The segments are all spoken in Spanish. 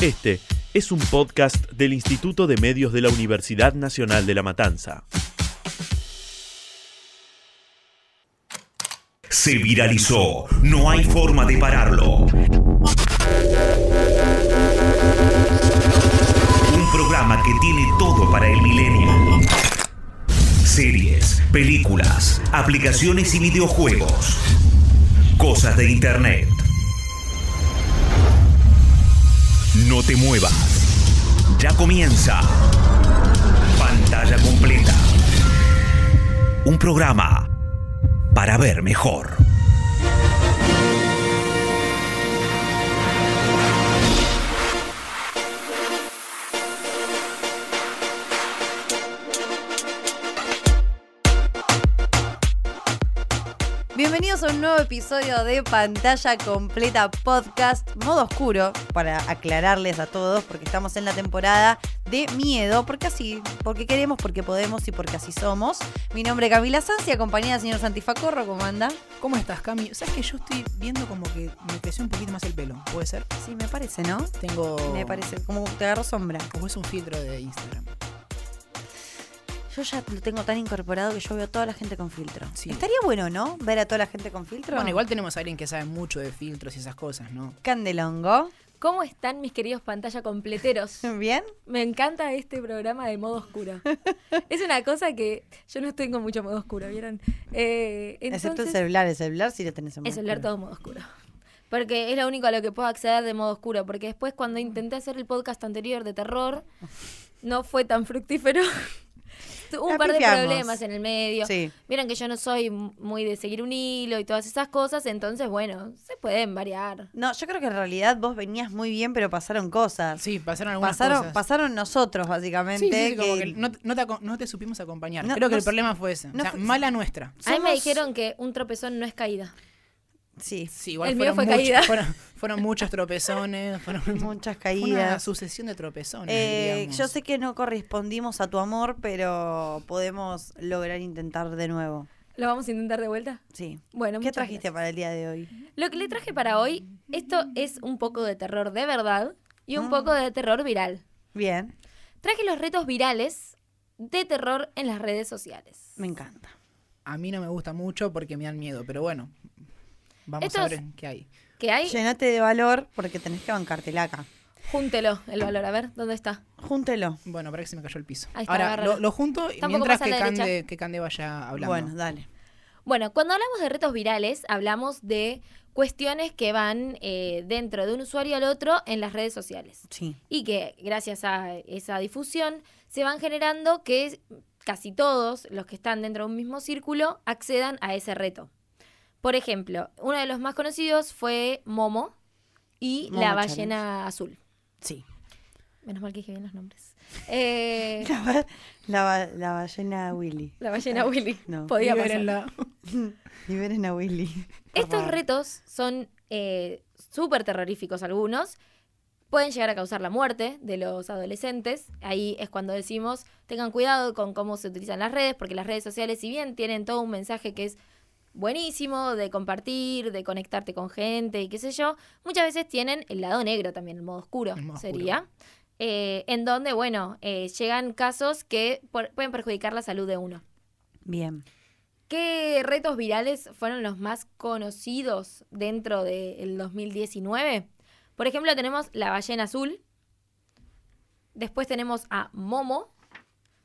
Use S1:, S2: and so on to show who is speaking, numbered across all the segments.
S1: Este es un podcast del Instituto de Medios de la Universidad Nacional de La Matanza.
S2: Se viralizó. No hay forma de pararlo. Un programa que tiene todo para el milenio. Series, películas, aplicaciones y videojuegos. Cosas de Internet. No te muevas. Ya comienza. Pantalla completa. Un programa para ver mejor.
S3: Bienvenidos a un nuevo episodio de Pantalla Completa Podcast, modo oscuro, para aclararles a todos, porque estamos en la temporada de miedo, porque así, porque queremos, porque podemos y porque así somos. Mi nombre es Camila Sanz y acompañada del señor Santifacorro, ¿cómo anda?
S4: ¿Cómo estás, Cami? ¿Sabes que yo estoy viendo como que me creció un poquito más el pelo? ¿Puede ser?
S3: Sí, me parece, ¿no?
S4: Tengo.
S3: Me parece, como te agarró sombra.
S4: Como es un filtro de Instagram.
S3: Yo ya lo tengo tan incorporado que yo veo a toda la gente con filtro.
S4: Sí.
S3: Estaría bueno, ¿no? Ver a toda la gente con filtro.
S4: Bueno, igual tenemos a alguien que sabe mucho de filtros y esas cosas, ¿no?
S3: Candelongo.
S5: ¿Cómo están mis queridos pantalla completeros?
S3: ¿Bien?
S5: Me encanta este programa de modo oscuro. Es una cosa que yo no tengo mucho modo oscuro, ¿vieron? Eh,
S3: Excepto el
S5: entonces,
S3: celular, el celular sí lo tenés en
S5: el
S3: modo
S5: celular
S3: oscuro.
S5: todo modo oscuro. Porque es lo único a lo que puedo acceder de modo oscuro. Porque después cuando intenté hacer el podcast anterior de terror, no fue tan fructífero. Tuve un
S3: La
S5: par de
S3: pifiamos.
S5: problemas en el medio.
S3: Sí.
S5: Vieron que yo no soy muy de seguir un hilo y todas esas cosas, entonces bueno, se pueden variar.
S3: No, yo creo que en realidad vos venías muy bien, pero pasaron cosas.
S4: Sí, pasaron algunas
S3: pasaron,
S4: cosas.
S3: pasaron nosotros, básicamente.
S4: Sí, sí, sí, como
S3: que-
S4: que no, no te, aco- no te supimos acompañar.
S3: No,
S4: Creo que
S3: no
S4: el
S3: sé.
S4: problema fue ese.
S3: No
S4: o sea,
S3: fue-
S4: mala nuestra.
S5: A mí me
S3: Somos-
S5: dijeron que un tropezón no es caída.
S3: Sí,
S4: Sí, igual
S5: El
S4: fueron,
S5: mío fue
S4: muchos-
S5: caída.
S4: Fueron, fueron muchos tropezones, fueron
S3: muchas
S4: Una
S3: caídas.
S4: sucesión de tropezones.
S3: Eh,
S4: digamos.
S3: yo sé que no correspondimos a tu amor, pero podemos lograr intentar de nuevo.
S5: ¿Lo vamos a intentar de vuelta?
S3: Sí.
S5: Bueno,
S3: ¿Qué
S5: muchas
S3: trajiste para el día de hoy?
S5: Lo que le traje para hoy, esto es un poco de terror de verdad y un poco de terror viral.
S3: Bien,
S5: Traje los retos virales de terror en las redes sociales.
S3: me encanta.
S4: A mí no me gusta mucho porque me dan miedo, pero bueno. Vamos a
S5: Estos-
S4: ver qué hay.
S5: Que hay,
S3: Llenate de valor porque tenés que bancártela acá.
S5: júntelo el valor. A ver, ¿dónde está?
S3: Júntelo.
S4: Bueno, para que se me cayó el piso.
S5: Ahí está,
S4: Ahora,
S5: agárralo.
S4: lo, lo junto y
S5: Está un poco
S4: mientras
S5: más a
S4: que
S5: la
S4: Cande,
S5: derecha.
S4: que Cande vaya hablando.
S3: Bueno, dale.
S5: Bueno, cuando hablamos de retos virales, hablamos de cuestiones que van eh, dentro de un usuario al otro en las redes sociales.
S3: Sí.
S5: y que gracias a esa difusión se van generando que es- casi todos los que están dentro de un mismo círculo accedan a ese reto. Por ejemplo, uno de los más conocidos fue Momo y
S3: Momo
S5: la
S3: Challenge.
S5: ballena azul.
S3: Sí.
S5: Menos mal que dije bien los nombres. Eh,
S3: La, ba- la ba- la ballena Willy.
S5: la ballena Willy.
S3: No.
S5: Podía pasar.
S4: Libérenla.
S3: Liberen a Willy. Por
S5: Estos
S3: favor.
S5: retos son eh, súper terroríficos algunos. Pueden llegar a causar la muerte de los adolescentes. Ahí es cuando decimos, tengan cuidado con cómo se utilizan las redes, porque las redes sociales, si bien tienen todo un mensaje que es buenísimo, de compartir, de conectarte con gente y qué sé yo, muchas veces tienen el lado negro también, el modo oscuro
S4: El modo oscuro.
S5: sería. eh, en donde, bueno, eh, llegan casos que por- pueden perjudicar la salud de uno.
S3: Bien.
S5: ¿Qué retos virales fueron los más conocidos dentro del 2019? Por ejemplo, tenemos la ballena azul. Después tenemos a Momo.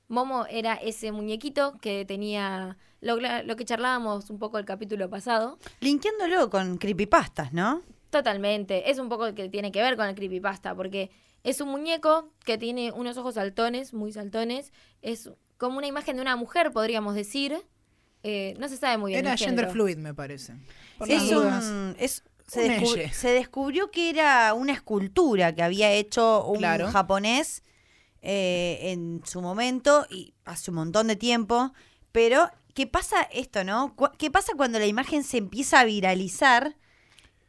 S5: Momo era ese muñequito que tenía lo, lo que charlábamos un poco el capítulo pasado.
S3: Linkeándolo con creepypastas, ¿no?
S5: Totalmente. Es un poco el que tiene que ver con el creepypasta, porque es un muñeco que tiene unos ojos saltones, muy saltones. Es como una imagen de una mujer, podríamos decir. Eh, no se sabe muy bien.
S4: Era
S5: el
S4: gender
S5: género.
S4: fluid, me parece. Por
S3: Es
S4: las dudas.
S3: un- es- se,
S4: Un
S3: descub-
S4: elle.
S3: se descubrió que era una escultura que había hecho un
S4: Claro.
S3: japonés eh, en su momento y hace un montón de tiempo. Pero, ¿qué pasa esto, no? Cu- ¿Qué pasa cuando la imagen se empieza a viralizar?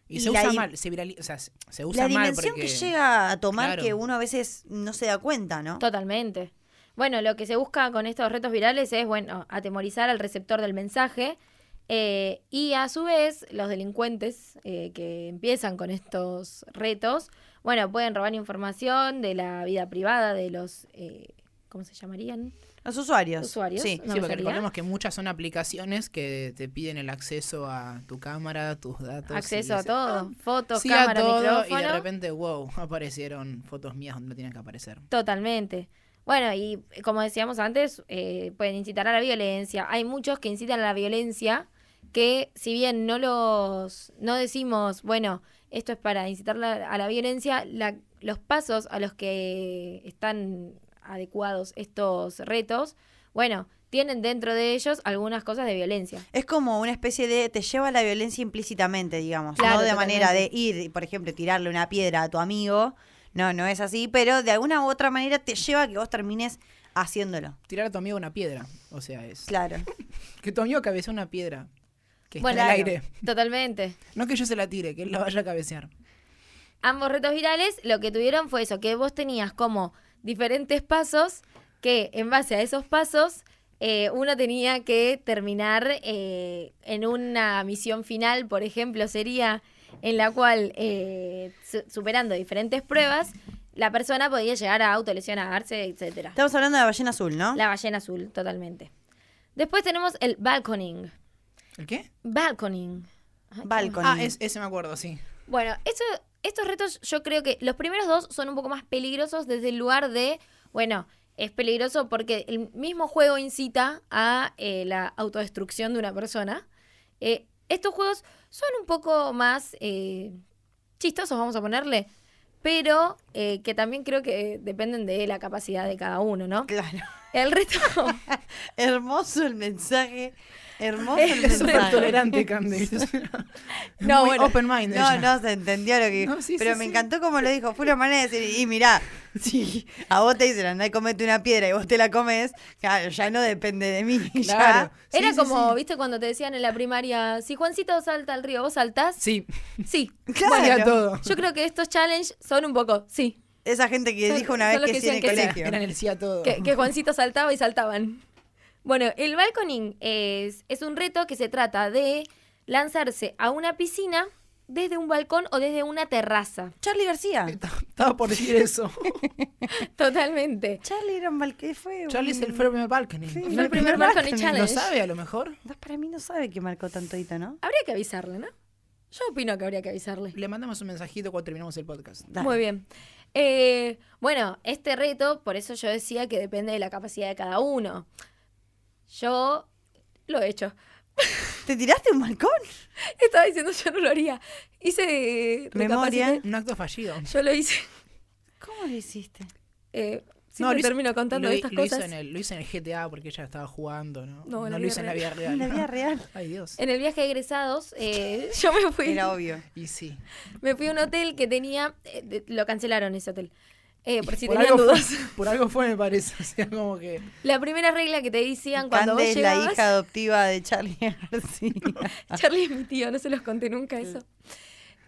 S4: Y se
S3: y la
S4: usa
S3: di-
S4: mal, se viraliza, o sea, se se usa
S3: La
S4: mal
S3: dimensión
S4: porque-
S3: que llega a tomar
S4: Claro.
S3: que uno a veces no se da cuenta, ¿no?
S5: Totalmente. Bueno, lo que se busca con estos retos virales es, bueno, atemorizar al receptor del mensaje Eh, y a su vez, los delincuentes eh, que empiezan con estos retos, bueno, pueden robar información de la vida privada de los, eh, ¿cómo se llamarían?
S3: Los usuarios.
S5: Usuarios.
S3: Sí.
S5: Una
S4: Sí, porque
S5: barbaridad.
S4: recordemos que muchas son aplicaciones que te piden el acceso a tu cámara, tus datos. y
S5: Acceso a
S4: dices,
S5: todo, fotos,
S4: Ah, sí, a
S5: cámara,
S4: todo,
S5: micrófono.
S4: Y de repente, wow, aparecieron fotos mías donde no tenían que aparecer.
S5: Totalmente. Bueno, y eh, como decíamos antes, eh, pueden incitar a la violencia. Hay muchos que incitan a la violencia que si bien no los no decimos, bueno, esto es para incitar la- a la violencia, la- los pasos a los que están adecuados estos retos, bueno, tienen dentro de ellos algunas cosas de violencia.
S3: Es como una especie de, te lleva a la violencia implícitamente, digamos,
S5: Claro,
S3: no de manera de
S5: totalmente.
S3: ir, y, por ejemplo, tirarle una piedra a tu amigo, no, no es así, pero de alguna u otra manera te lleva a que vos termines haciéndolo.
S4: Tirar a tu amigo una piedra. O sea, es.
S3: Claro.
S4: Que tu amigo cabecea una piedra. Que
S5: Bueno,
S4: está en el
S5: claro,
S4: aire.
S5: Totalmente.
S4: No que yo se la tire, que él la vaya a cabecear.
S5: ambos retos virales lo que tuvieron fue eso, que vos tenías como diferentes pasos que en base a esos pasos eh, uno tenía que terminar eh, en una misión final, por ejemplo, sería en la cual eh, su- superando diferentes pruebas, la persona podía llegar a autolesionarse, etcétera.
S3: Estamos hablando de la ballena azul, ¿no?
S5: La ballena azul, totalmente. Después tenemos el balconing.
S4: ¿El qué?
S5: Balconing. Ay, qué
S3: Balcony.
S4: Ah, es- ese me acuerdo, sí.
S5: Bueno, eso- estos retos yo creo que los primeros dos son un poco más peligrosos desde el lugar de, bueno, es peligroso porque el mismo juego incita a eh, la autodestrucción de una persona. Eh, estos juegos son un poco más eh, chistosos, vamos a ponerle, pero eh, que también creo que dependen de la capacidad de cada uno, ¿no?
S3: Claro.
S5: El reto...
S3: Hermoso el mensaje. Hermoso el
S4: Es súper
S3: mensaje.
S4: tolerante, Candice.
S5: No,
S4: Muy
S5: bueno.
S4: open mind.
S3: No,
S4: ella.
S3: no, se entendió lo que dijo.
S4: No, sí,
S3: pero
S4: sí,
S3: me
S4: sí.
S3: encantó como lo dijo. Fue una manera de decir, y mirá, si a vos te dicen andá y comete una piedra y vos te la comes, claro, ya no depende de mí. ya.
S4: Claro. Sí,
S5: Era
S4: sí,
S5: como,
S4: sí.
S5: viste, cuando te decían en la primaria, si Juancito salta al río, ¿vos saltás?
S4: Sí,
S5: Sí.
S3: Claro.
S4: hacía todo.
S5: Yo creo que estos challenge son un poco, sí,
S3: Esa gente que
S5: Son-
S3: dijo una
S5: son
S3: vez
S5: los
S3: que,
S5: que
S3: sí en el
S5: decían que sí.
S3: colegio.
S4: Eran el sí a todo.
S5: que, que Juancito saltaba y saltaban. Bueno, el balconing es, es un reto que se trata de lanzarse a una piscina desde un balcón o desde una terraza.
S3: Charlie García.
S5: Eh,
S4: Estaba por decir eso.
S5: Totalmente.
S3: Charlie era un mal que fue. un-
S4: Charlie es el firme balcony.
S3: Sí,
S5: Fue el primer balcony
S4: ¿Lo
S5: challenge.
S4: sabe a lo mejor?
S3: No, Para mí no sabe que marcó tanto hito, ¿no?
S5: Habría que avisarle, ¿no? Yo opino que habría que avisarle.
S4: Le mandamos un mensajito cuando terminamos el podcast.
S3: Dale.
S5: Muy bien. Eh, bueno, este reto, por eso yo decía que depende de la capacidad de cada uno. Yo lo he hecho.
S3: ¿Te tiraste un balcón?
S5: Estaba diciendo yo no lo haría. Hice eh,
S3: Memoria.
S5: recapacité.
S4: Un acto fallido.
S5: Yo lo hice.
S3: ¿Cómo lo hiciste?
S5: Eh,
S4: No,
S5: siempre
S4: hizo-
S5: termino contando
S4: lo hi-
S5: estas
S4: lo hizo
S5: cosas.
S4: en el- lo hice en el GTA porque ella estaba jugando, ¿no?
S5: No, en la
S4: lo
S5: vida Eh,
S4: hice en la vida real.
S3: En la
S4: ¿no?
S3: vida real.
S4: Ay, Dios.
S5: En el viaje de egresados, eh, yo me fui,
S3: Era obvio.
S4: Y sí.
S5: me fui a un hotel que tenía. eh, de- lo cancelaron ese hotel. Eh, por si
S4: Por
S5: tenían
S4: algo
S5: dudas.
S4: Fue, por algo fue, me parece. O sea, como que.
S5: La primera regla que te decían cuando
S3: Cande
S5: vos
S3: es la
S5: llegabas-
S3: hija adoptiva de Charlie García.
S5: Charlie es mi tío, no se los conté nunca eso.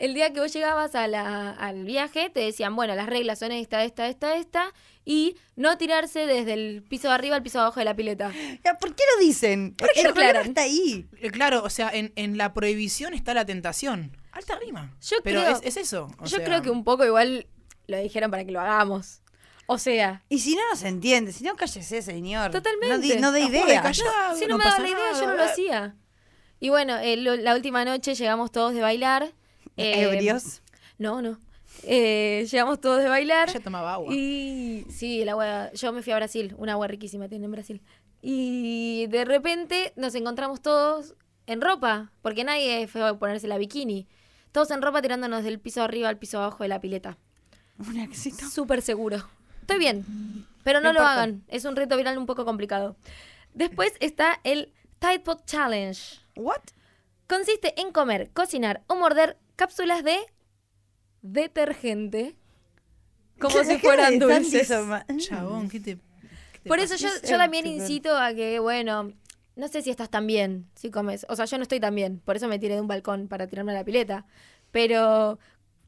S5: El día que vos llegabas a la- al viaje, te decían, bueno, las reglas son esta, esta, esta, esta, y no tirarse desde el piso de arriba al piso de abajo de la pileta.
S3: Ya, ¿Por qué lo dicen?
S5: ¿Por qué
S3: El
S5: lo
S3: problema
S5: aclaran?
S3: está ahí.
S4: eh, Claro, o sea, en, en la prohibición está la tentación. Alta rima.
S5: Yo
S4: Pero
S5: creo-
S4: es, es eso. o
S5: Yo
S4: sea,
S5: creo que un poco igual lo dijeron para que lo hagamos. O sea,
S3: Y si no, no se entiende. Si no, cállese, señor.
S5: Totalmente.
S3: No, di- no dé
S4: Ah, no,
S3: idea.
S4: juega callado,
S5: si no, me daba
S4: pasa
S5: la idea, yo
S4: nada.
S5: no lo hacía. Y bueno, eh, lo- la última noche llegamos todos de bailar.
S4: ¿E-,
S5: eh,
S3: Ebrios.
S5: No, no. Eh, llegamos todos de bailar.
S4: Ella tomaba agua.
S5: Y sí, el agua. Yo me fui a Brasil, una agua riquísima tiene en Brasil. Y de repente nos encontramos todos en ropa, porque nadie fue a ponerse la bikini. Todos en ropa tirándonos del piso arriba al piso abajo de la pileta.
S3: Un éxito.
S5: Súper seguro. Estoy bien, pero no,
S4: No
S5: lo
S4: importa.
S5: hagan. Es un reto viral un poco complicado. Después está el Tide Pod Challenge.
S3: ¿What?
S5: Consiste en comer, cocinar o morder cápsulas de detergente como si fueran dulces.
S4: Chabón, ¿qué te.? qué te
S5: Por
S4: pasa?
S5: eso yo,
S3: Patricia,
S5: yo también
S3: perdón.
S5: incito a que, bueno, no sé si estás tan bien si comes. O sea, yo no estoy tan bien, por eso me tiré de un balcón para tirarme a la pileta. Pero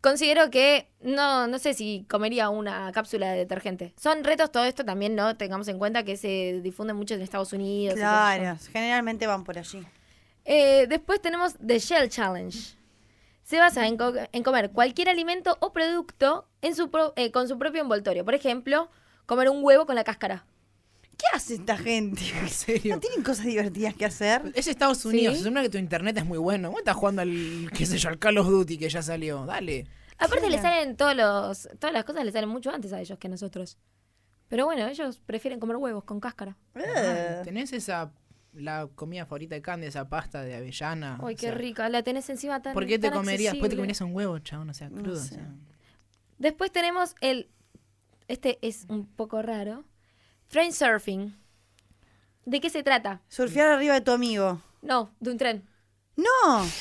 S5: considero que no, no sé si comería una cápsula de detergente. Son retos todo esto también, ¿no? Tengamos en cuenta que se difunde mucho en Estados Unidos. y todo eso.
S3: Claro, generalmente van por allí.
S5: Eh, después tenemos The Shell Challenge. Se basa en, co- en comer cualquier alimento o producto en su pro- eh, con su propio envoltorio. Por ejemplo, comer un huevo con la cáscara.
S3: ¿Qué hace esta gente?
S4: En serio.
S3: ¿No tienen cosas divertidas que hacer?
S4: Es Estados Unidos,
S5: Sí.
S4: se supone que tu internet es muy bueno. ¿Cómo estás jugando al, qué sé yo, al Call of Duty que ya salió? Dale.
S5: Aparte le salen todos los, todas las cosas le salen mucho antes a ellos que a nosotros. Pero bueno, ellos prefieren comer huevos con cáscara.
S3: Eh.
S4: Ah, ¿Tenés esa, la comida favorita de Candy, esa pasta de avellana?
S5: Ay,
S4: O
S5: qué
S4: sea,
S5: rica, la tenés encima tan
S4: Ah, ¿Por qué te
S5: tan
S4: comerías? Después te
S5: accesible.
S4: comerías un huevo, chabón, o sea, crudo. o
S3: sé.
S4: sea.
S5: Después tenemos el. Este es un poco raro. Train surfing. ¿De qué se trata?
S3: Surfear arriba de tu amigo.
S5: No, de un tren.
S3: No,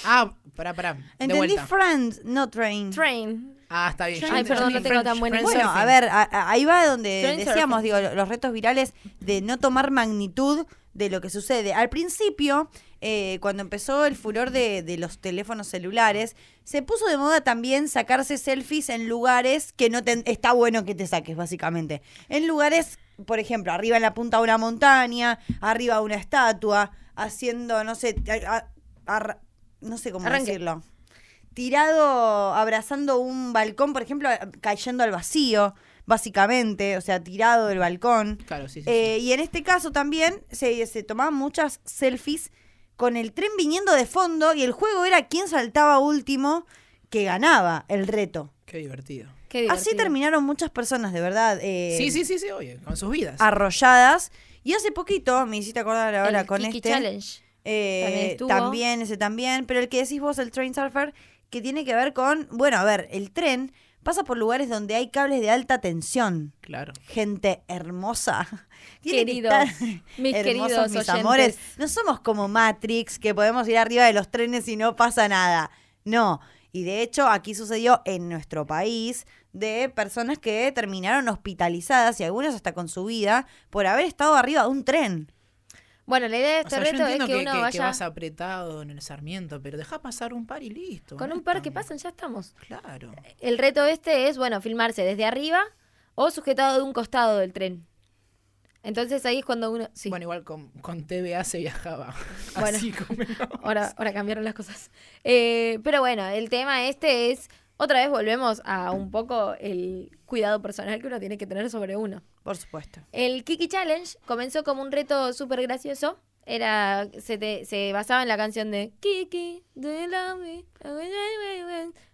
S4: Ah, pará, pará. De
S3: entendí
S4: vuelta.
S3: Friends, no Train.
S5: Train.
S4: Ah, está bien.
S5: Ay, perdón, no tengo tan buena
S4: buenos.
S3: Bueno, a ver, a- a- ahí va donde
S5: Train
S3: decíamos,
S5: surfing.
S3: digo, lo- los retos virales de no tomar magnitud de lo que sucede. Al principio, eh, cuando empezó el furor de, de los teléfonos celulares, se puso de moda también sacarse selfies en lugares que no te, está bueno que te saques, básicamente. En lugares, por ejemplo, arriba en la punta de una montaña, arriba de una estatua, haciendo, no sé, a- a- arra- no sé cómo
S5: Arranque.
S3: decirlo tirado, abrazando un balcón, por ejemplo, cayendo al vacío, básicamente, o sea, tirado del balcón.
S4: Claro, sí, sí.
S3: Eh, y en este caso también se, se tomaban muchas selfies con el tren viniendo de fondo y el juego era quién saltaba último que ganaba el reto.
S4: sí. Qué divertido.
S3: Así
S5: Qué divertido.
S3: terminaron muchas personas, de verdad. eh,
S4: Sí, sí, sí, sí, oye, con sus vidas.
S3: Arrolladas. Y hace poquito, me hiciste acordar
S5: El
S3: ahora con
S5: Kiki
S3: este.
S5: Challenge.
S3: Eh,
S5: También estuvo.
S3: también, ese también. Pero el que decís vos, el train surfer, que tiene que ver con. Bueno, a ver, el tren pasa por lugares donde hay cables de alta tensión.
S4: Claro.
S3: Gente hermosa. Tiene que
S5: Queridos,
S3: estar
S5: mis
S3: hermosos,
S5: queridos
S3: mis
S5: oyentes.
S3: amores. No somos como Matrix, que podemos ir arriba de los trenes y no pasa nada. No. Y de hecho, aquí sucedió en nuestro país de personas que terminaron hospitalizadas y algunas hasta con su vida por haber estado arriba de un tren.
S5: Bueno, la idea de
S4: O
S5: este
S4: sea, yo
S5: reto es
S4: entiendo
S5: que,
S4: que,
S5: uno
S4: que- que
S5: vaya
S4: vas apretado en el sarmiento, pero deja pasar un par y listo.
S5: con
S4: ¿no?
S5: un par que
S4: Estamos-
S5: pasan, ya estamos.
S4: Claro.
S5: El reto este es, bueno, filmarse desde arriba o sujetado de un costado del tren. Entonces ahí es cuando uno. Sí.
S4: Bueno, igual con, con TVA se viajaba.
S5: Bueno.
S4: Así como-
S5: Ahora, ahora cambiaron las cosas. Eh, pero bueno, el tema este es, otra vez volvemos a un poco el cuidado personal que uno tiene que tener sobre uno.
S3: Por supuesto.
S5: El Kiki Challenge comenzó como un reto súper gracioso. Era, se, te- se basaba en la canción de Kiki, do you love me?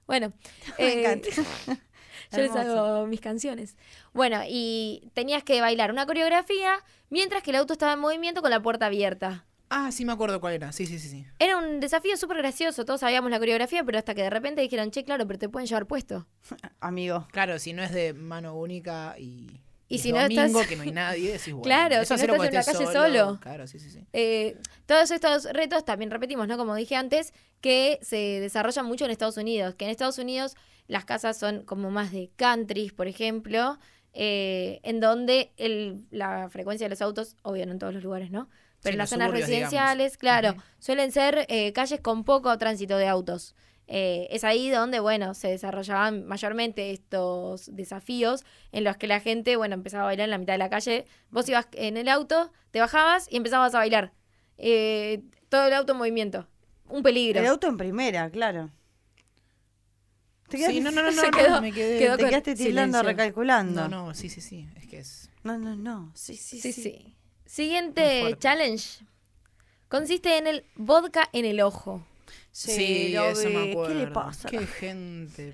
S5: Bueno,
S3: Me
S5: eh,
S3: encanta.
S5: yo les
S3: Hermoso.
S5: hago mis canciones. Bueno, y tenías que bailar una coreografía mientras que el auto estaba en movimiento con la puerta abierta.
S4: Ah, sí me acuerdo cuál era. Sí, sí, sí, sí.
S5: Era un desafío súper gracioso, todos sabíamos la coreografía, pero hasta que de repente dijeron, che, claro, pero te pueden llevar puesto.
S3: Amigo.
S4: Claro, si no es de mano única y,
S5: Y
S4: es
S5: si no
S4: domingo,
S5: estás-
S4: que no hay nadie, decís, bueno,
S5: Claro,
S4: eso
S5: si no
S4: hacelo
S5: estás
S4: cuando
S5: en la
S4: estés
S5: calle solo.
S4: Claro, sí, sí, sí.
S5: Eh, todos estos retos, también repetimos, ¿no? Como dije antes, que se desarrollan mucho en Estados Unidos, que en Estados Unidos las casas son como más de countries, por ejemplo, eh, en donde el- la frecuencia de los autos, obvio, no en todos los lugares, ¿no? Pero
S4: Sí,
S5: en
S4: en
S5: las
S4: los
S5: zonas
S4: suburbios, digamos.
S5: residenciales, claro,
S4: Ujú.
S5: suelen ser eh, calles con poco tránsito de autos. Eh, es ahí donde, bueno, se desarrollaban mayormente estos desafíos en los que la gente, bueno, empezaba a bailar en la mitad de la calle. Vos ibas en el auto, te bajabas y empezabas a bailar. Eh, todo el auto en movimiento. Un peligro.
S3: El auto en primera, claro. Te quedaste,
S4: Sí, no, no, no, no,
S5: Se quedó-
S4: me quedé.
S5: quedó
S3: te
S5: con-
S3: quedaste tildando,
S5: silencio.
S3: recalculando.
S4: No,
S3: No,
S4: no, sí, sí, sí. Es que es.
S3: no, no, Sí, sí, sí.
S5: Sí, sí. Siguiente
S4: Fuerte.
S5: challenge. Consiste en el vodka en el ojo.
S3: Sí,
S4: Sí,
S3: lo
S4: eso
S3: vi.
S4: me acuerdo.
S3: ¿Qué le pasa?
S4: Qué gente.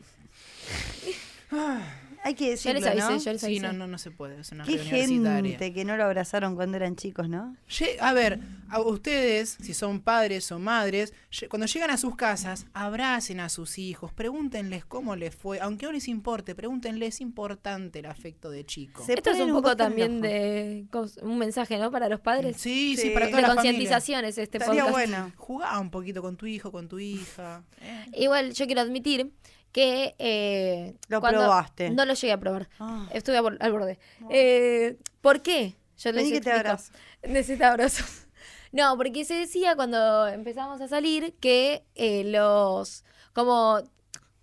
S3: Hay que
S5: Yo
S3: decirlo,
S5: les avisé,
S3: ¿no?
S5: yo les
S4: Sí,
S5: avisé.
S4: no, no, no se puede. Es una
S3: Qué
S4: re universitaria.
S3: gente que no lo abrazaron cuando eran chicos, ¿no?
S4: Lle- A ver, a ustedes, si son padres o madres, lle- cuando llegan a sus casas, abracen a sus hijos, pregúntenles cómo les fue, aunque no les importe, pregúntenles, es importante el afecto de chico.
S3: Se
S5: Esto es
S3: ponen
S5: un
S3: un
S5: poco
S3: vodka en el
S5: también
S3: ojo.
S5: de cos- un mensaje, ¿no? Para los padres.
S4: Sí,
S3: Sí.
S4: sí, para
S5: de
S4: toda la familia.
S5: concientización es este
S3: Estaría
S5: podcast.
S3: bueno.
S4: Jugá un poquito con tu hijo, con tu hija. Eh,
S5: Igual yo quiero admitir que eh,
S3: Lo
S5: cuando-
S3: probaste.
S5: No lo llegué a probar.
S3: Ah.
S5: Estuve a bor- al borde. Eh, ¿Por qué? Yo les
S3: Vení que te
S5: explico.
S3: abrazo.
S5: Necesito abrazos. No, porque se decía cuando empezamos a salir que eh, los. Como.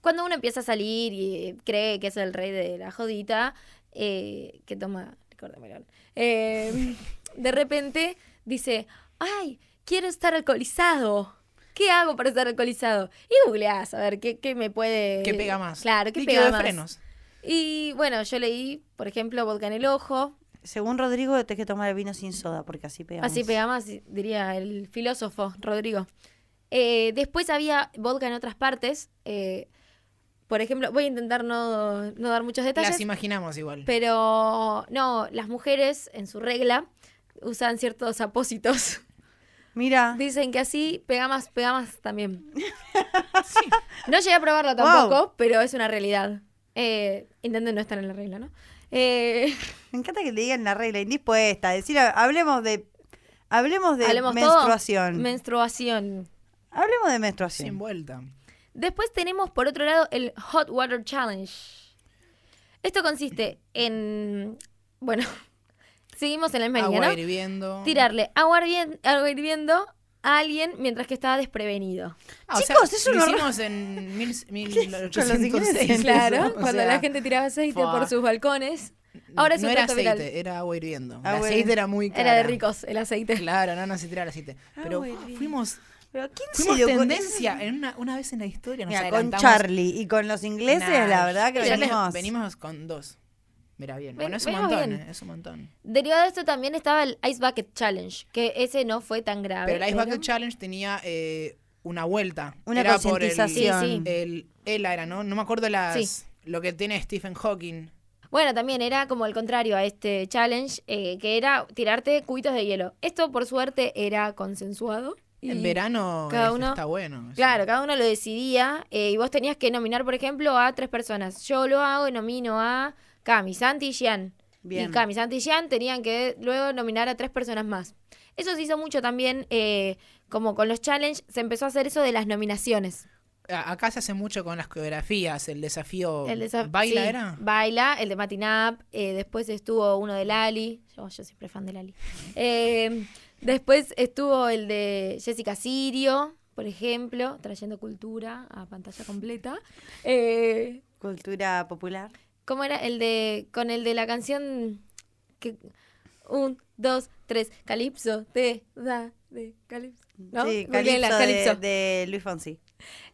S5: Cuando uno empieza a salir y cree que es el rey de la jodita, eh, que toma. Córtamelo. Eh, de repente dice: ¡Ay! Quiero estar alcoholizado. ¿Qué hago para estar alcoholizado? Y googleás a ver qué, qué me puede.
S4: ¿Qué pega más?
S5: Claro, qué
S4: Líquido
S5: pega
S4: de
S5: más.
S4: frenos.
S5: Y bueno, yo leí, por ejemplo, vodka en el ojo.
S3: Según Rodrigo, tenés que tomar el vino sin soda, porque así pega
S5: Así
S3: más.
S5: pega más, diría el filósofo Rodrigo. Eh, después había vodka en otras partes. eh, por ejemplo, voy a intentar no, no dar muchos detalles.
S4: Las imaginamos igual.
S5: Pero no, las mujeres en su regla usan ciertos apósitos.
S3: Mira.
S5: Dicen que así pega más, pega más también. No llegué a probarlo
S3: Wow.
S5: tampoco, pero es una realidad. Eh, intenten no estar en la regla, ¿no? Eh,
S3: Me encanta que le digan la regla indispuesta. Decir, hablemos de hablemos de
S5: hablemos todo.
S3: menstruación.
S5: Menstruación.
S3: hablemos de
S4: Sin
S3: menstruación.
S4: vuelta.
S5: Después tenemos por otro lado el Hot Water Challenge. Esto consiste en. Bueno, seguimos en la misma línea,
S4: Agua
S5: ¿no?
S4: hirviendo.
S5: Tirarle agua, hirvien- agua hirviendo a alguien mientras que está desprevenido.
S4: Ah, o sea,
S3: Chicos, eso
S4: lo
S3: no-
S4: hicimos en mil,
S3: Con los
S4: 1806.
S3: ingleses.
S5: Claro,
S4: O
S5: cuando
S4: sea,
S5: la gente tiraba aceite
S4: fuá.
S5: por sus balcones. Ahora es
S4: no
S5: un
S4: era
S5: trato
S4: aceite,
S5: viral.
S4: era agua hirviendo.
S3: Agua
S4: el aceite
S3: hirviendo.
S4: era muy caro.
S5: Era de ricos el aceite.
S4: Claro, no, no se tiraba el aceite. Pero
S3: Agua hirviendo.
S4: fuimos,
S3: Pero ¿a quién se
S4: fuimos
S3: le ocurre-
S4: tendencia en una, una vez en la historia. Nos
S3: Mira, con
S4: adelantamos.
S3: Charlie y con los ingleses,
S4: Nah,
S3: la verdad que
S4: ya les-
S3: venimos.
S4: venimos con dos. Mira bien.
S5: Ven-
S4: Bueno, es un
S5: venimos
S4: montón,
S5: bien.
S4: eh, es un montón.
S5: Derivado de esto también estaba el Ice Bucket Challenge, que ese no fue tan grave.
S4: Pero el Ice Bucket
S5: pero-
S4: Challenge tenía eh, una vuelta.
S3: Una
S4: era por el,
S3: concientización.
S5: Sí, sí.
S4: el ELA era, ¿no? No me acuerdo las
S5: Sí.
S4: lo que tiene Stephen Hawking.
S5: Bueno, también era como el contrario a este challenge, eh, que era tirarte cubitos de hielo. Esto, por suerte, era consensuado. y-
S4: en verano
S5: cada
S4: es-
S5: uno-
S4: está bueno.
S5: Claro, cada uno lo decidía eh, y vos tenías que nominar, por ejemplo, a tres personas. Yo lo hago y nomino a Cami, Santi y Gian.
S3: Bien.
S5: Y Cami, Santi y Gian tenían que luego nominar a tres personas más. Eso se hizo mucho también, eh, como con los challenges, se empezó a hacer eso de las nominaciones.
S4: A- Acá se hace mucho con las coreografías, el desafío.
S5: El de Sa-
S4: ¿Baila
S5: sí,
S4: era?
S5: Baila, el de Matinap. eh, después estuvo uno de Lali. Yo, yo siempre fan de Lali. Eh, después estuvo el de Jessica Sirio, por ejemplo, trayendo cultura a pantalla completa. Eh,
S3: Cultura popular.
S5: ¿Cómo era? El de. Con el de la canción. Que, un, dos, tres. Calipso, te da, de Calipso. ¿No?
S3: Sí,
S5: Googleenla,
S3: Calipso de,
S5: Calipso.
S3: de Luis Fonsi.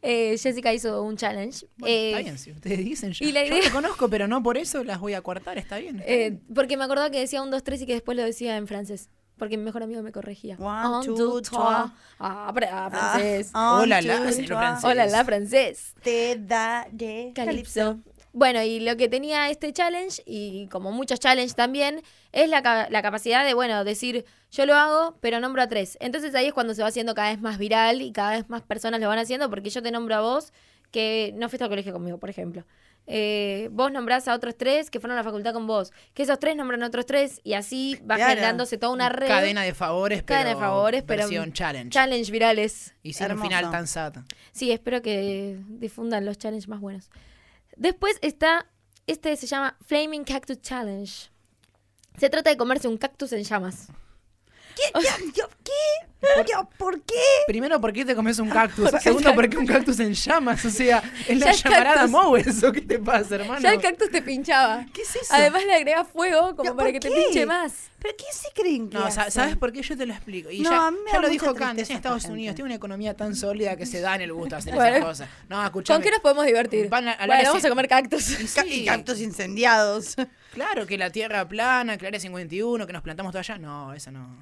S5: Eh, Jessica hizo un challenge.
S4: Bueno, está
S5: Eh,
S4: bien, si ustedes dicen yo.
S5: y la
S4: Yo
S5: idea-
S4: las conozco, pero no por eso las voy a cortar, está bien. está
S5: Eh,
S4: bien.
S5: porque me acordaba que decía un, dos, tres y que después lo decía en francés. Porque mi mejor amigo me corregía.
S3: One,
S5: Un,
S3: two,
S5: dos,
S3: trois.
S5: trois. Ah, pre- ah, francés.
S3: Ah,
S4: Hola,
S3: un,
S4: la-
S3: two,
S4: hacen los
S3: trois.
S4: franceses.
S5: Hola, la francés.
S3: Te da de
S5: Calipso. Bueno, y lo que tenía este challenge, y como muchos challenge también, es la, ca- la capacidad de, bueno, decir, yo lo hago, pero nombro a tres. Entonces ahí es cuando se va haciendo cada vez más viral y cada vez más personas lo van haciendo, porque yo te nombro a vos, que no fuiste al colegio conmigo, por ejemplo. Eh, vos nombrás a otros tres que fueron a la facultad con vos, que esos tres nombran a otros tres, y así va
S3: Claro.
S5: generándose toda una red.
S4: Cadena de favores, pero.
S5: cadena de favores, pero-
S4: Versión challenge.
S5: Challenge virales.
S4: Hicieron un
S3: Hermoso.
S4: final tan sata.
S5: Sí, espero que difundan los challenges más buenos. Después está, este se llama Flaming Cactus Challenge. Se trata de comerse un cactus en llamas.
S3: ¿Qué? Yo- ¿Qué? Yo, ¿Por qué?
S4: Primero, ¿por qué te comes un cactus? Segundo, ¿por qué un cactus en llamas? O sea, es
S5: Ya
S4: la
S5: el
S4: llamarada
S5: cactus.
S4: Moe, eso ¿qué te pasa, hermano?
S5: Ya el cactus te pinchaba.
S4: Ah, ¿Qué es eso?
S5: Además le agrega fuego como
S3: ¿Pero
S5: para
S3: por
S5: que te
S3: qué?
S5: pinche más.
S3: ¿Pero qué se creen que
S4: No, sa-
S3: hacen?
S4: ¿sabes por qué? Yo te lo explico. Y
S3: No,
S4: ya,
S3: a mí me
S4: ya
S3: da
S4: lo
S3: mucha
S4: dijo Kant,
S3: tristeza
S4: decía Estados
S3: esta
S4: Unidos,
S3: gente.
S4: tiene una economía tan sólida que se dan el gusto de hacer
S5: Bueno.
S4: esas cosas. No, escuchame.
S5: ¿Con qué nos podemos divertir?
S4: Van a- a la
S5: Bueno,
S4: vez-
S5: vamos a comer cactus.
S4: Y
S3: Ca-
S4: sí,
S3: Y cactus incendiados.
S4: Claro, que la tierra plana, que el área 51, que nos plantamos todo allá. No, esa no.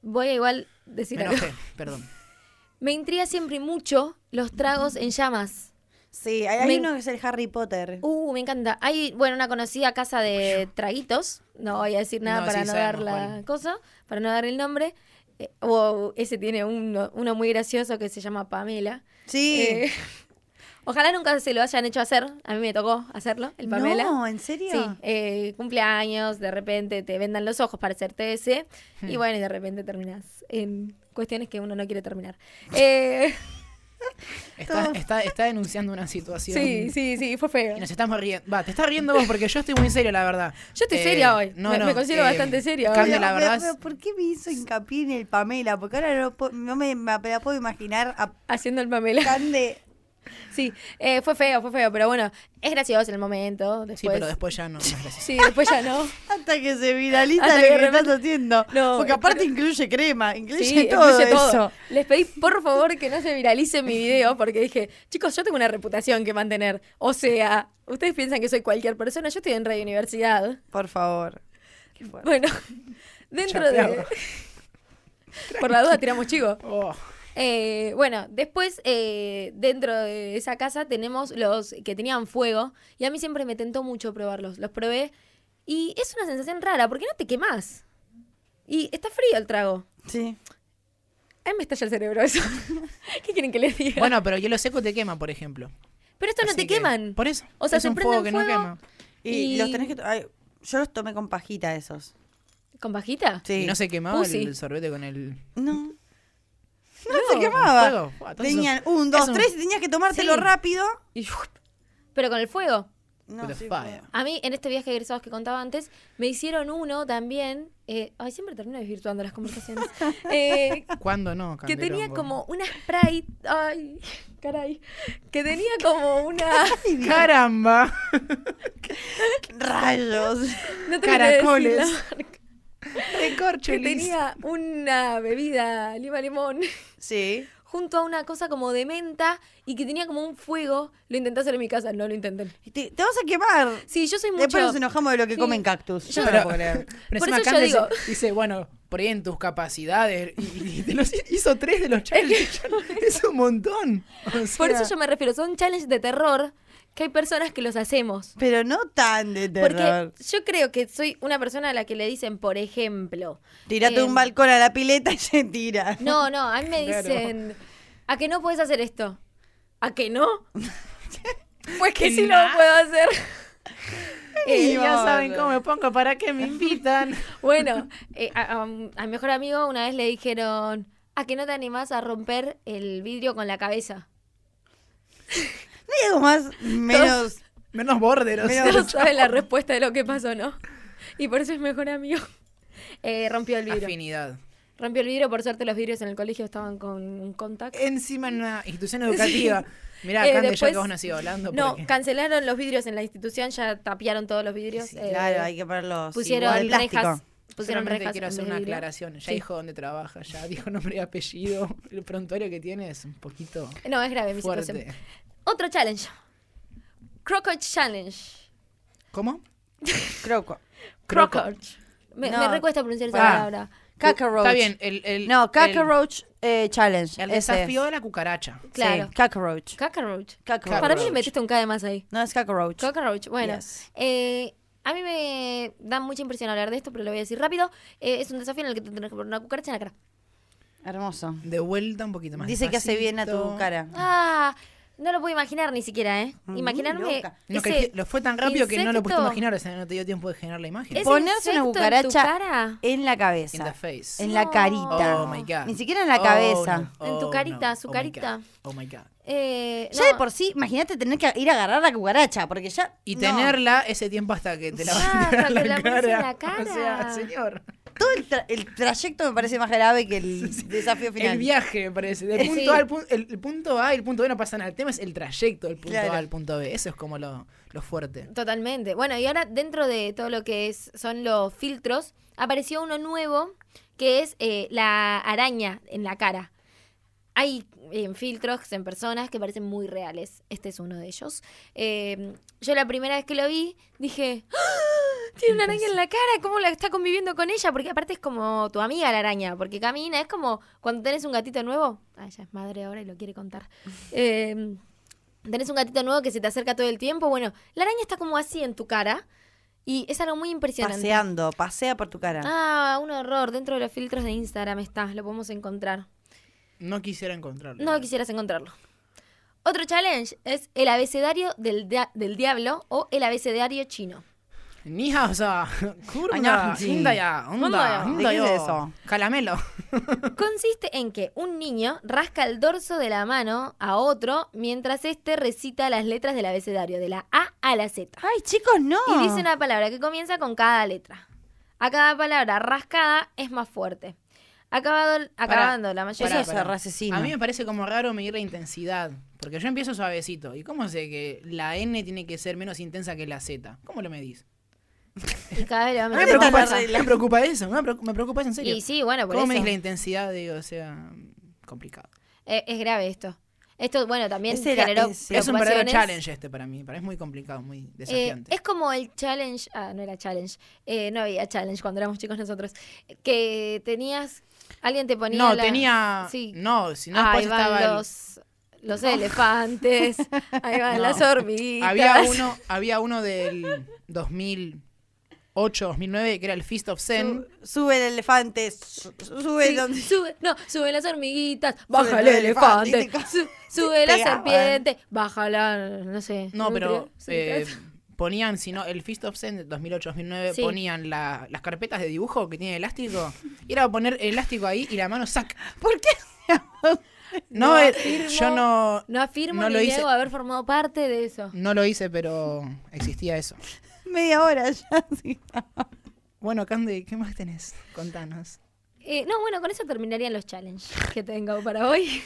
S5: Voy a igual decir
S4: Me
S5: algo.
S4: enojé, perdón.
S5: Me intriga siempre mucho los tragos en llamas.
S3: Sí, hay, hay
S5: Me-
S3: uno que es el Harry Potter.
S5: Uh, me encanta. Hay, bueno, una conocida casa de traguitos. No voy a decir nada
S4: No,
S5: para
S4: sí,
S5: no dar
S4: sabemos
S5: la
S4: cuál.
S5: cosa, para no dar el nombre. Eh, wow, ese tiene uno, uno muy gracioso que se llama Pamela.
S3: Sí.
S5: Eh, ojalá nunca se lo hayan hecho hacer. A mí me tocó hacerlo, el Pamela.
S3: No, ¿en serio?
S5: Sí, eh, cumpleaños, de repente te vendan los ojos para hacerte ese.
S4: Hmm.
S5: Y bueno, y de repente terminas en cuestiones que uno no quiere terminar. Eh,
S4: Está, está, está denunciando una situación.
S5: sí, sí, sí, fue feo.
S4: Y nos estamos riendo. Va, te estás riendo vos porque yo estoy muy serio, la verdad. Eh,
S5: Yo estoy seria hoy. Me- me considero bastante seria hoy.
S4: Cande,
S3: Pero-
S4: eh, la
S3: pero-
S4: verdad. es-
S3: pero ¿Por qué me hizo hincapié en el Pamela? Porque ahora no, po- no me, me la puedo imaginar a
S5: Haciendo el Pamela.
S3: Cande
S5: Sí, eh, fue feo, fue feo, pero bueno, es gracioso en el momento. Después,
S4: Sí, pero después ya no. no es gracioso.
S5: Sí, después ya no.
S3: Hasta que se viraliza
S5: Hasta
S3: lo
S5: que
S3: que
S5: de repente-
S3: estás haciendo.
S5: No,
S3: Porque aparte
S5: pero-
S3: incluye crema, incluye,
S5: Sí,
S3: todo,
S5: incluye todo.
S3: eso.
S5: Les pedí por favor que no se viralice mi video porque dije, chicos, yo tengo una reputación que mantener. O sea, ustedes piensan que soy cualquier persona, yo estoy en Radio Universidad.
S3: Por favor. Qué fuerte.
S5: Bueno, dentro de...
S4: Chapeado.
S5: Por la duda tiramos chivo.
S4: Oh,
S5: Eh, bueno, después eh, dentro de esa casa tenemos los que tenían fuego y a mí siempre me tentó mucho probarlos. Los probé y es una sensación rara porque no te quemás. Y está frío el trago.
S3: Sí.
S5: A mí me estalla el cerebro eso. ¿Qué quieren que les diga?
S4: Bueno, pero hielo seco te quema, por ejemplo.
S5: Pero estos no
S4: Así
S5: te
S4: que-
S5: queman.
S4: Por eso.
S5: O sea,
S4: es
S5: se
S4: un
S5: prenden
S4: fuego que no
S5: fuego.
S4: quema.
S3: Y,
S5: Y-
S3: los tenés que. ay, yo los tomé con pajita esos.
S5: ¿Con pajita?
S3: Sí.
S4: Y no se quemaba
S5: Pussy.
S4: el sorbete con el.
S3: No. No, se
S4: con
S3: quemaba.
S4: fuego.
S5: Ah,
S4: Buah, entonces-
S3: Tenían un, dos,
S4: es un-
S3: tres y tenías que tomártelo
S5: Sí.
S3: rápido.
S5: Y- Pero con el fuego.
S3: No,
S4: With a
S3: sí,
S4: fire.
S3: fue-
S5: A mí, en este viaje de egresados que contaba antes, me hicieron uno también. eh, ay, siempre termino desvirtuando las conversaciones. Eh,
S4: ¿Cuándo no?
S5: que tenía
S4: Candelongo?
S5: como una spray. Ay, caray. Que tenía como una.
S4: ¡Caramba!
S3: Rayos.
S5: No tengo que decir
S4: Caracoles.
S5: la marca. Que
S4: Recorcholis.
S5: tenía una bebida lima limón
S3: Sí.
S5: junto a una cosa como de menta y que tenía como un fuego. Lo intenté hacer en mi casa, no lo intenten.
S3: Y Te, te vas a quemar.
S5: Sí, yo soy mucho.
S3: Después nos enojamos de lo que
S5: Sí.
S3: comen cactus. Yo
S5: Yo-
S3: no lo puedo creer.
S4: Pero
S5: Por
S4: encima
S5: eso yo
S4: Cande
S5: digo-
S4: se- dice, bueno, por ahí en tus capacidades. Y, y te los hizo tres de los challenges. es un montón. O
S5: Por
S4: sea,
S5: eso yo me refiero, son challenges de terror que hay personas que los hacemos.
S3: Pero no tan de terror.
S5: Porque yo creo que soy una persona a la que le dicen, por ejemplo.
S3: Tirate
S5: eh,
S3: un balcón a la pileta y se tira.
S5: No, no, a mí me
S4: Claro.
S5: dicen, ¿a que no puedes hacer esto? ¿A que no? pues que
S4: Que
S5: sí lo
S4: na-
S5: puedo hacer.
S4: Y
S5: Eh,
S4: ya saben cómo me pongo, para qué me invitan.
S5: bueno, eh, a, a un- a mi mejor amigo una vez le dijeron, ¿a que no te animás a romper el vidrio con la cabeza?
S3: No hay algo más menos.
S4: Menos borderos.
S5: No sabe la respuesta de lo que pasó, ¿no? Y por eso es mejor amigo. Eh, rompió el vidrio.
S4: Afinidad.
S5: Rompió el vidrio, por suerte los vidrios en el colegio estaban con un contacto.
S4: Encima en una institución educativa. Mirá,
S5: Eh,
S4: Cande,
S5: después-
S4: yo que vos no sigo hablando.
S5: No,
S4: porque-
S5: cancelaron los vidrios en la institución, ya tapiaron todos los vidrios. eh,
S3: Claro, hay que ponerlos.
S5: pusieron
S3: igual de plástico.
S5: rejas. Pusieron
S4: Solamente
S5: rejas
S4: quiero
S5: en
S4: hacer
S5: el
S4: una
S5: vidrio.
S4: aclaración. Ya
S5: Sí.
S4: dijo dónde trabaja, ya dijo nombre y apellido. El prontuario que tiene es un poquito
S5: No, es grave mi
S4: fuerte.
S5: situación. Otro challenge. Crocodile Challenge.
S4: ¿Cómo?
S3: Croco.
S4: Croco.
S5: Crocodile. Me,
S3: No.
S5: me recuesta pronunciar esa
S4: Ah.
S5: palabra.
S3: Cockroach.
S4: Está bien, el, el-
S3: No,
S4: el-
S3: Cockroach eh, Challenge.
S4: El,
S3: ese
S4: desafío
S3: es.
S4: de la cucaracha.
S5: Claro.
S3: Sí, cockroach.
S5: Cockroach.
S3: Cockroach.
S5: Para mí le metiste un K de más ahí.
S3: No, es cockroach.
S5: Cockroach, bueno.
S3: Yes.
S5: eh, a mí me da mucha impresión hablar de esto, pero lo voy a decir rápido. Eh, es un desafío en el que te tenés que poner una cucaracha en la cara.
S3: Hermoso.
S4: De vuelta un poquito más.
S3: Dice que hace bien a tu
S4: despacito.
S3: cara.
S5: Ah, no lo puedo imaginar ni siquiera, ¿eh?
S3: Mm,
S5: Imaginarme.
S3: loca.
S4: No, que
S5: ese
S4: lo fue tan rápido que no lo pudiste
S5: insecto.
S4: imaginar, o sea, no te dio tiempo de generar la imagen.
S5: ¿Ese
S3: Ponerse una
S5: insecto En tu
S3: cucaracha
S5: cara.
S3: En la cabeza.
S4: In the face.
S3: En la carita.
S4: Oh my god.
S3: Ni siquiera en la cabeza.
S4: no.
S5: En tu carita, su
S4: Oh my
S5: carita.
S4: God. Oh my god.
S5: Eh,
S3: Ya
S5: no.
S3: de por sí, imagínate tener que ir a agarrar la cucaracha, porque ya.
S4: Y
S3: no.
S4: tenerla ese tiempo hasta que te la vas
S5: Ah,
S4: a integrar
S5: hasta que
S4: la,
S5: la pones en
S4: cara.
S5: la cara.
S4: O sea, señor.
S3: Todo el, tra- el trayecto me parece más grave que el desafío final.
S4: El viaje, me parece. Del punto
S5: Sí.
S4: A al punto, el, el punto A y el punto B no pasa nada. El tema es el trayecto del punto
S3: Claro.
S4: A al punto B. Eso es como lo, lo fuerte.
S5: Totalmente. Bueno, y ahora dentro de todo lo que es, son los filtros, apareció uno nuevo que es eh, la araña en la cara. Hay eh, filtros en personas que parecen muy reales. Este es uno de ellos. Eh, yo la primera vez que lo vi dije, ¡Ah! tiene una araña en la cara, ¿cómo la está conviviendo con ella? Porque aparte es como tu amiga la araña, porque camina, es como cuando tenés un gatito nuevo. Ah, ella es madre ahora y lo quiere contar. Eh, tenés un gatito nuevo que se te acerca todo el tiempo. Bueno, la araña está como así en tu cara y es algo muy impresionante.
S3: Paseando, pasea por tu cara.
S5: Ah, un horror. Dentro de los filtros de Instagram está, lo podemos encontrar.
S4: No quisiera encontrarlo.
S5: No quisieras encontrarlo. Otro challenge es el abecedario del, dia- del diablo o el abecedario chino.
S4: Ni hao sa, curva,
S3: Añaji.
S4: hinda ya,
S5: Onda.
S4: onda,
S3: ¿De
S4: onda
S3: qué
S4: yo.
S3: es eso?
S4: Calamelo.
S5: Consiste en que un niño rasca el dorso de la mano a otro mientras este recita las letras del abecedario, de la A a la Z.
S3: Ay, chicos, no.
S5: Y dice una palabra que comienza con cada letra. A cada palabra rascada es más fuerte. Acabado, acabando la mayoría.
S4: Pará,
S3: Eso es
S4: pará.
S3: raciocinio.
S4: A mí me parece como raro medir la intensidad. Porque yo empiezo suavecito. ¿Y cómo sé que la N tiene que ser menos intensa que la Z? ¿Cómo lo medís?
S5: Y cada vez le va
S4: Me
S5: metiendo más
S4: preocupa,
S5: fuerza.
S4: me preocupa eso, me preocupa, me preocupa eso en serio.
S5: Y sí, bueno, por
S4: ¿Cómo
S5: eso.
S4: medís la intensidad? Digo, o sea, complicado.
S5: Eh, es grave esto. Esto, bueno, también
S3: Ese era-
S5: generó
S3: ese-
S4: Es un verdadero
S5: preocupaciones.
S4: challenge este para mí. Para mí es muy complicado, muy
S5: Eh,
S4: desafiante.
S5: es como el challenge, ah, no era challenge, eh, no había challenge cuando éramos chicos nosotros, que tenías, alguien te ponía...
S4: no,
S5: la-
S4: tenía.
S5: Sí.
S4: No, si no,
S5: Ahí
S4: después
S5: van
S4: estaba el-
S5: los, los elefantes, ahí van
S4: No.
S5: las hormiguitas.
S4: Había uno, había uno del 2008, 2009 que era el Feast of Zen.
S3: Su- sube el elefante, su- sube
S5: Sí,
S3: donde-
S5: sube, no, sube las hormiguitas, baja el
S3: el elefante,
S5: elefante, su- sube la
S3: pegaban.
S5: serpiente, baja la, no sé.
S4: No, pero
S5: nutria, sí,
S4: eh, ponían, si no, el Feast of Zen del 2008-2009
S5: Sí.
S4: ponían la- las carpetas de dibujo que tiene elástico. Y era poner el elástico ahí y la mano sac.
S3: ¿Por qué?
S4: No,
S5: No
S4: eh,
S5: afirmo.
S4: yo no,
S5: No afirmo
S4: no
S5: ni
S4: lo hice.
S5: niego haber formado parte de eso.
S4: no lo hice, pero existía eso.
S3: Media hora ya. sí.
S4: Bueno, Candy, ¿qué más tenés? Contanos.
S5: Eh, no, bueno, con eso terminarían los challenges que tengo para hoy.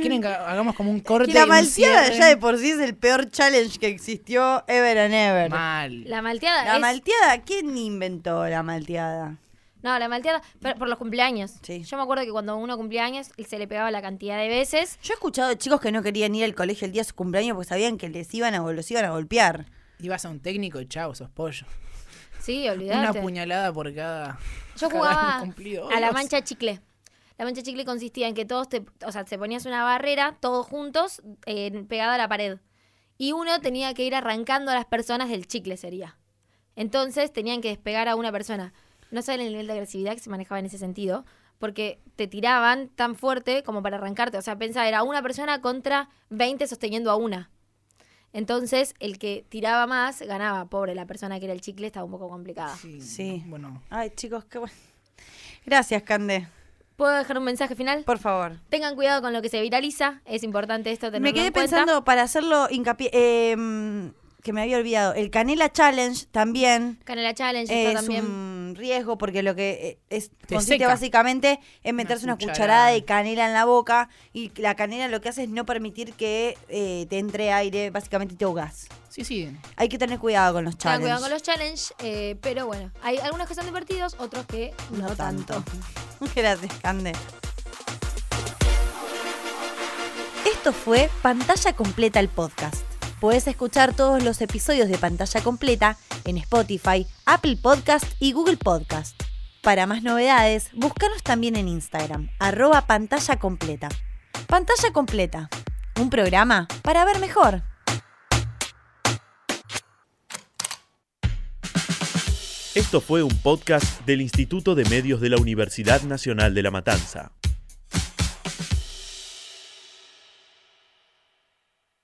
S4: ¿Quieren que hagamos como un corte?
S3: La
S4: un
S3: malteada
S4: cierre?
S3: ya de por sí es el peor challenge que existió ever and ever.
S4: Mal.
S5: La malteada
S3: la
S5: es...
S3: malteada, ¿quién inventó la malteada?
S5: No, la malteada pero por los cumpleaños.
S3: Sí.
S5: Yo me acuerdo que cuando uno cumplía años se le pegaba la cantidad de veces.
S3: Yo he escuchado de chicos que no querían ir al colegio el día de su cumpleaños porque sabían que les iban a, gol- los iban a golpear.
S4: Ibas a un técnico y chao, sos pollo.
S5: Sí,
S4: Una
S5: olvidate.
S4: puñalada por cada.
S5: Yo
S4: cada
S5: jugaba
S4: año cumplido.
S5: a la
S4: Dios.
S5: mancha chicle. La mancha chicle consistía en que todos te, o sea, te ponías una barrera, todos juntos, eh, pegada a la pared. Y uno tenía que ir arrancando a las personas del chicle, sería. Entonces tenían que despegar a una persona. No saben el nivel de agresividad que se manejaba en ese sentido, porque te tiraban tan fuerte como para arrancarte. O sea, pensaba, era una persona contra 20 sosteniendo a una. Entonces, el que tiraba más ganaba. Pobre, la persona que era el chicle estaba un poco complicada.
S4: Sí.
S3: Sí.
S4: Bueno,
S3: Ay, chicos, qué bueno. Gracias, Cande.
S5: ¿Puedo dejar un mensaje final?
S3: Por favor.
S5: Tengan cuidado con lo que se viraliza, es importante esto tenerlo
S3: Me quedé
S5: en cuenta.
S3: pensando, para hacerlo hincapié, eh, mm, que me había olvidado, el Canela Challenge también
S5: Canela Challenge
S3: eh,
S5: está
S3: es
S5: también.
S3: un riesgo porque lo que eh, es,
S4: Te
S3: consiste
S4: seca.
S3: básicamente en meterse una, cucharada.
S4: cucharada.
S3: de canela en la boca y la canela lo que hace es no permitir que eh, te entre aire, básicamente te ahogás.
S4: sí, sí.
S3: Hay que tener cuidado con los
S5: Tengan
S3: challenges.
S5: cuidado con los challenge, eh, pero bueno, hay algunos que son divertidos, otros que no, tanto.
S3: Gracias, Cande. Esto fue Pantalla Completa el podcast. Puedes escuchar todos los episodios de Pantalla Completa en Spotify, Apple Podcast y Google Podcast. Para más novedades, búscanos también en Instagram, arroba pantalla completa. Pantalla completa, un programa para ver mejor.
S1: Esto fue un podcast del Instituto de Medios de la Universidad Nacional de La Matanza.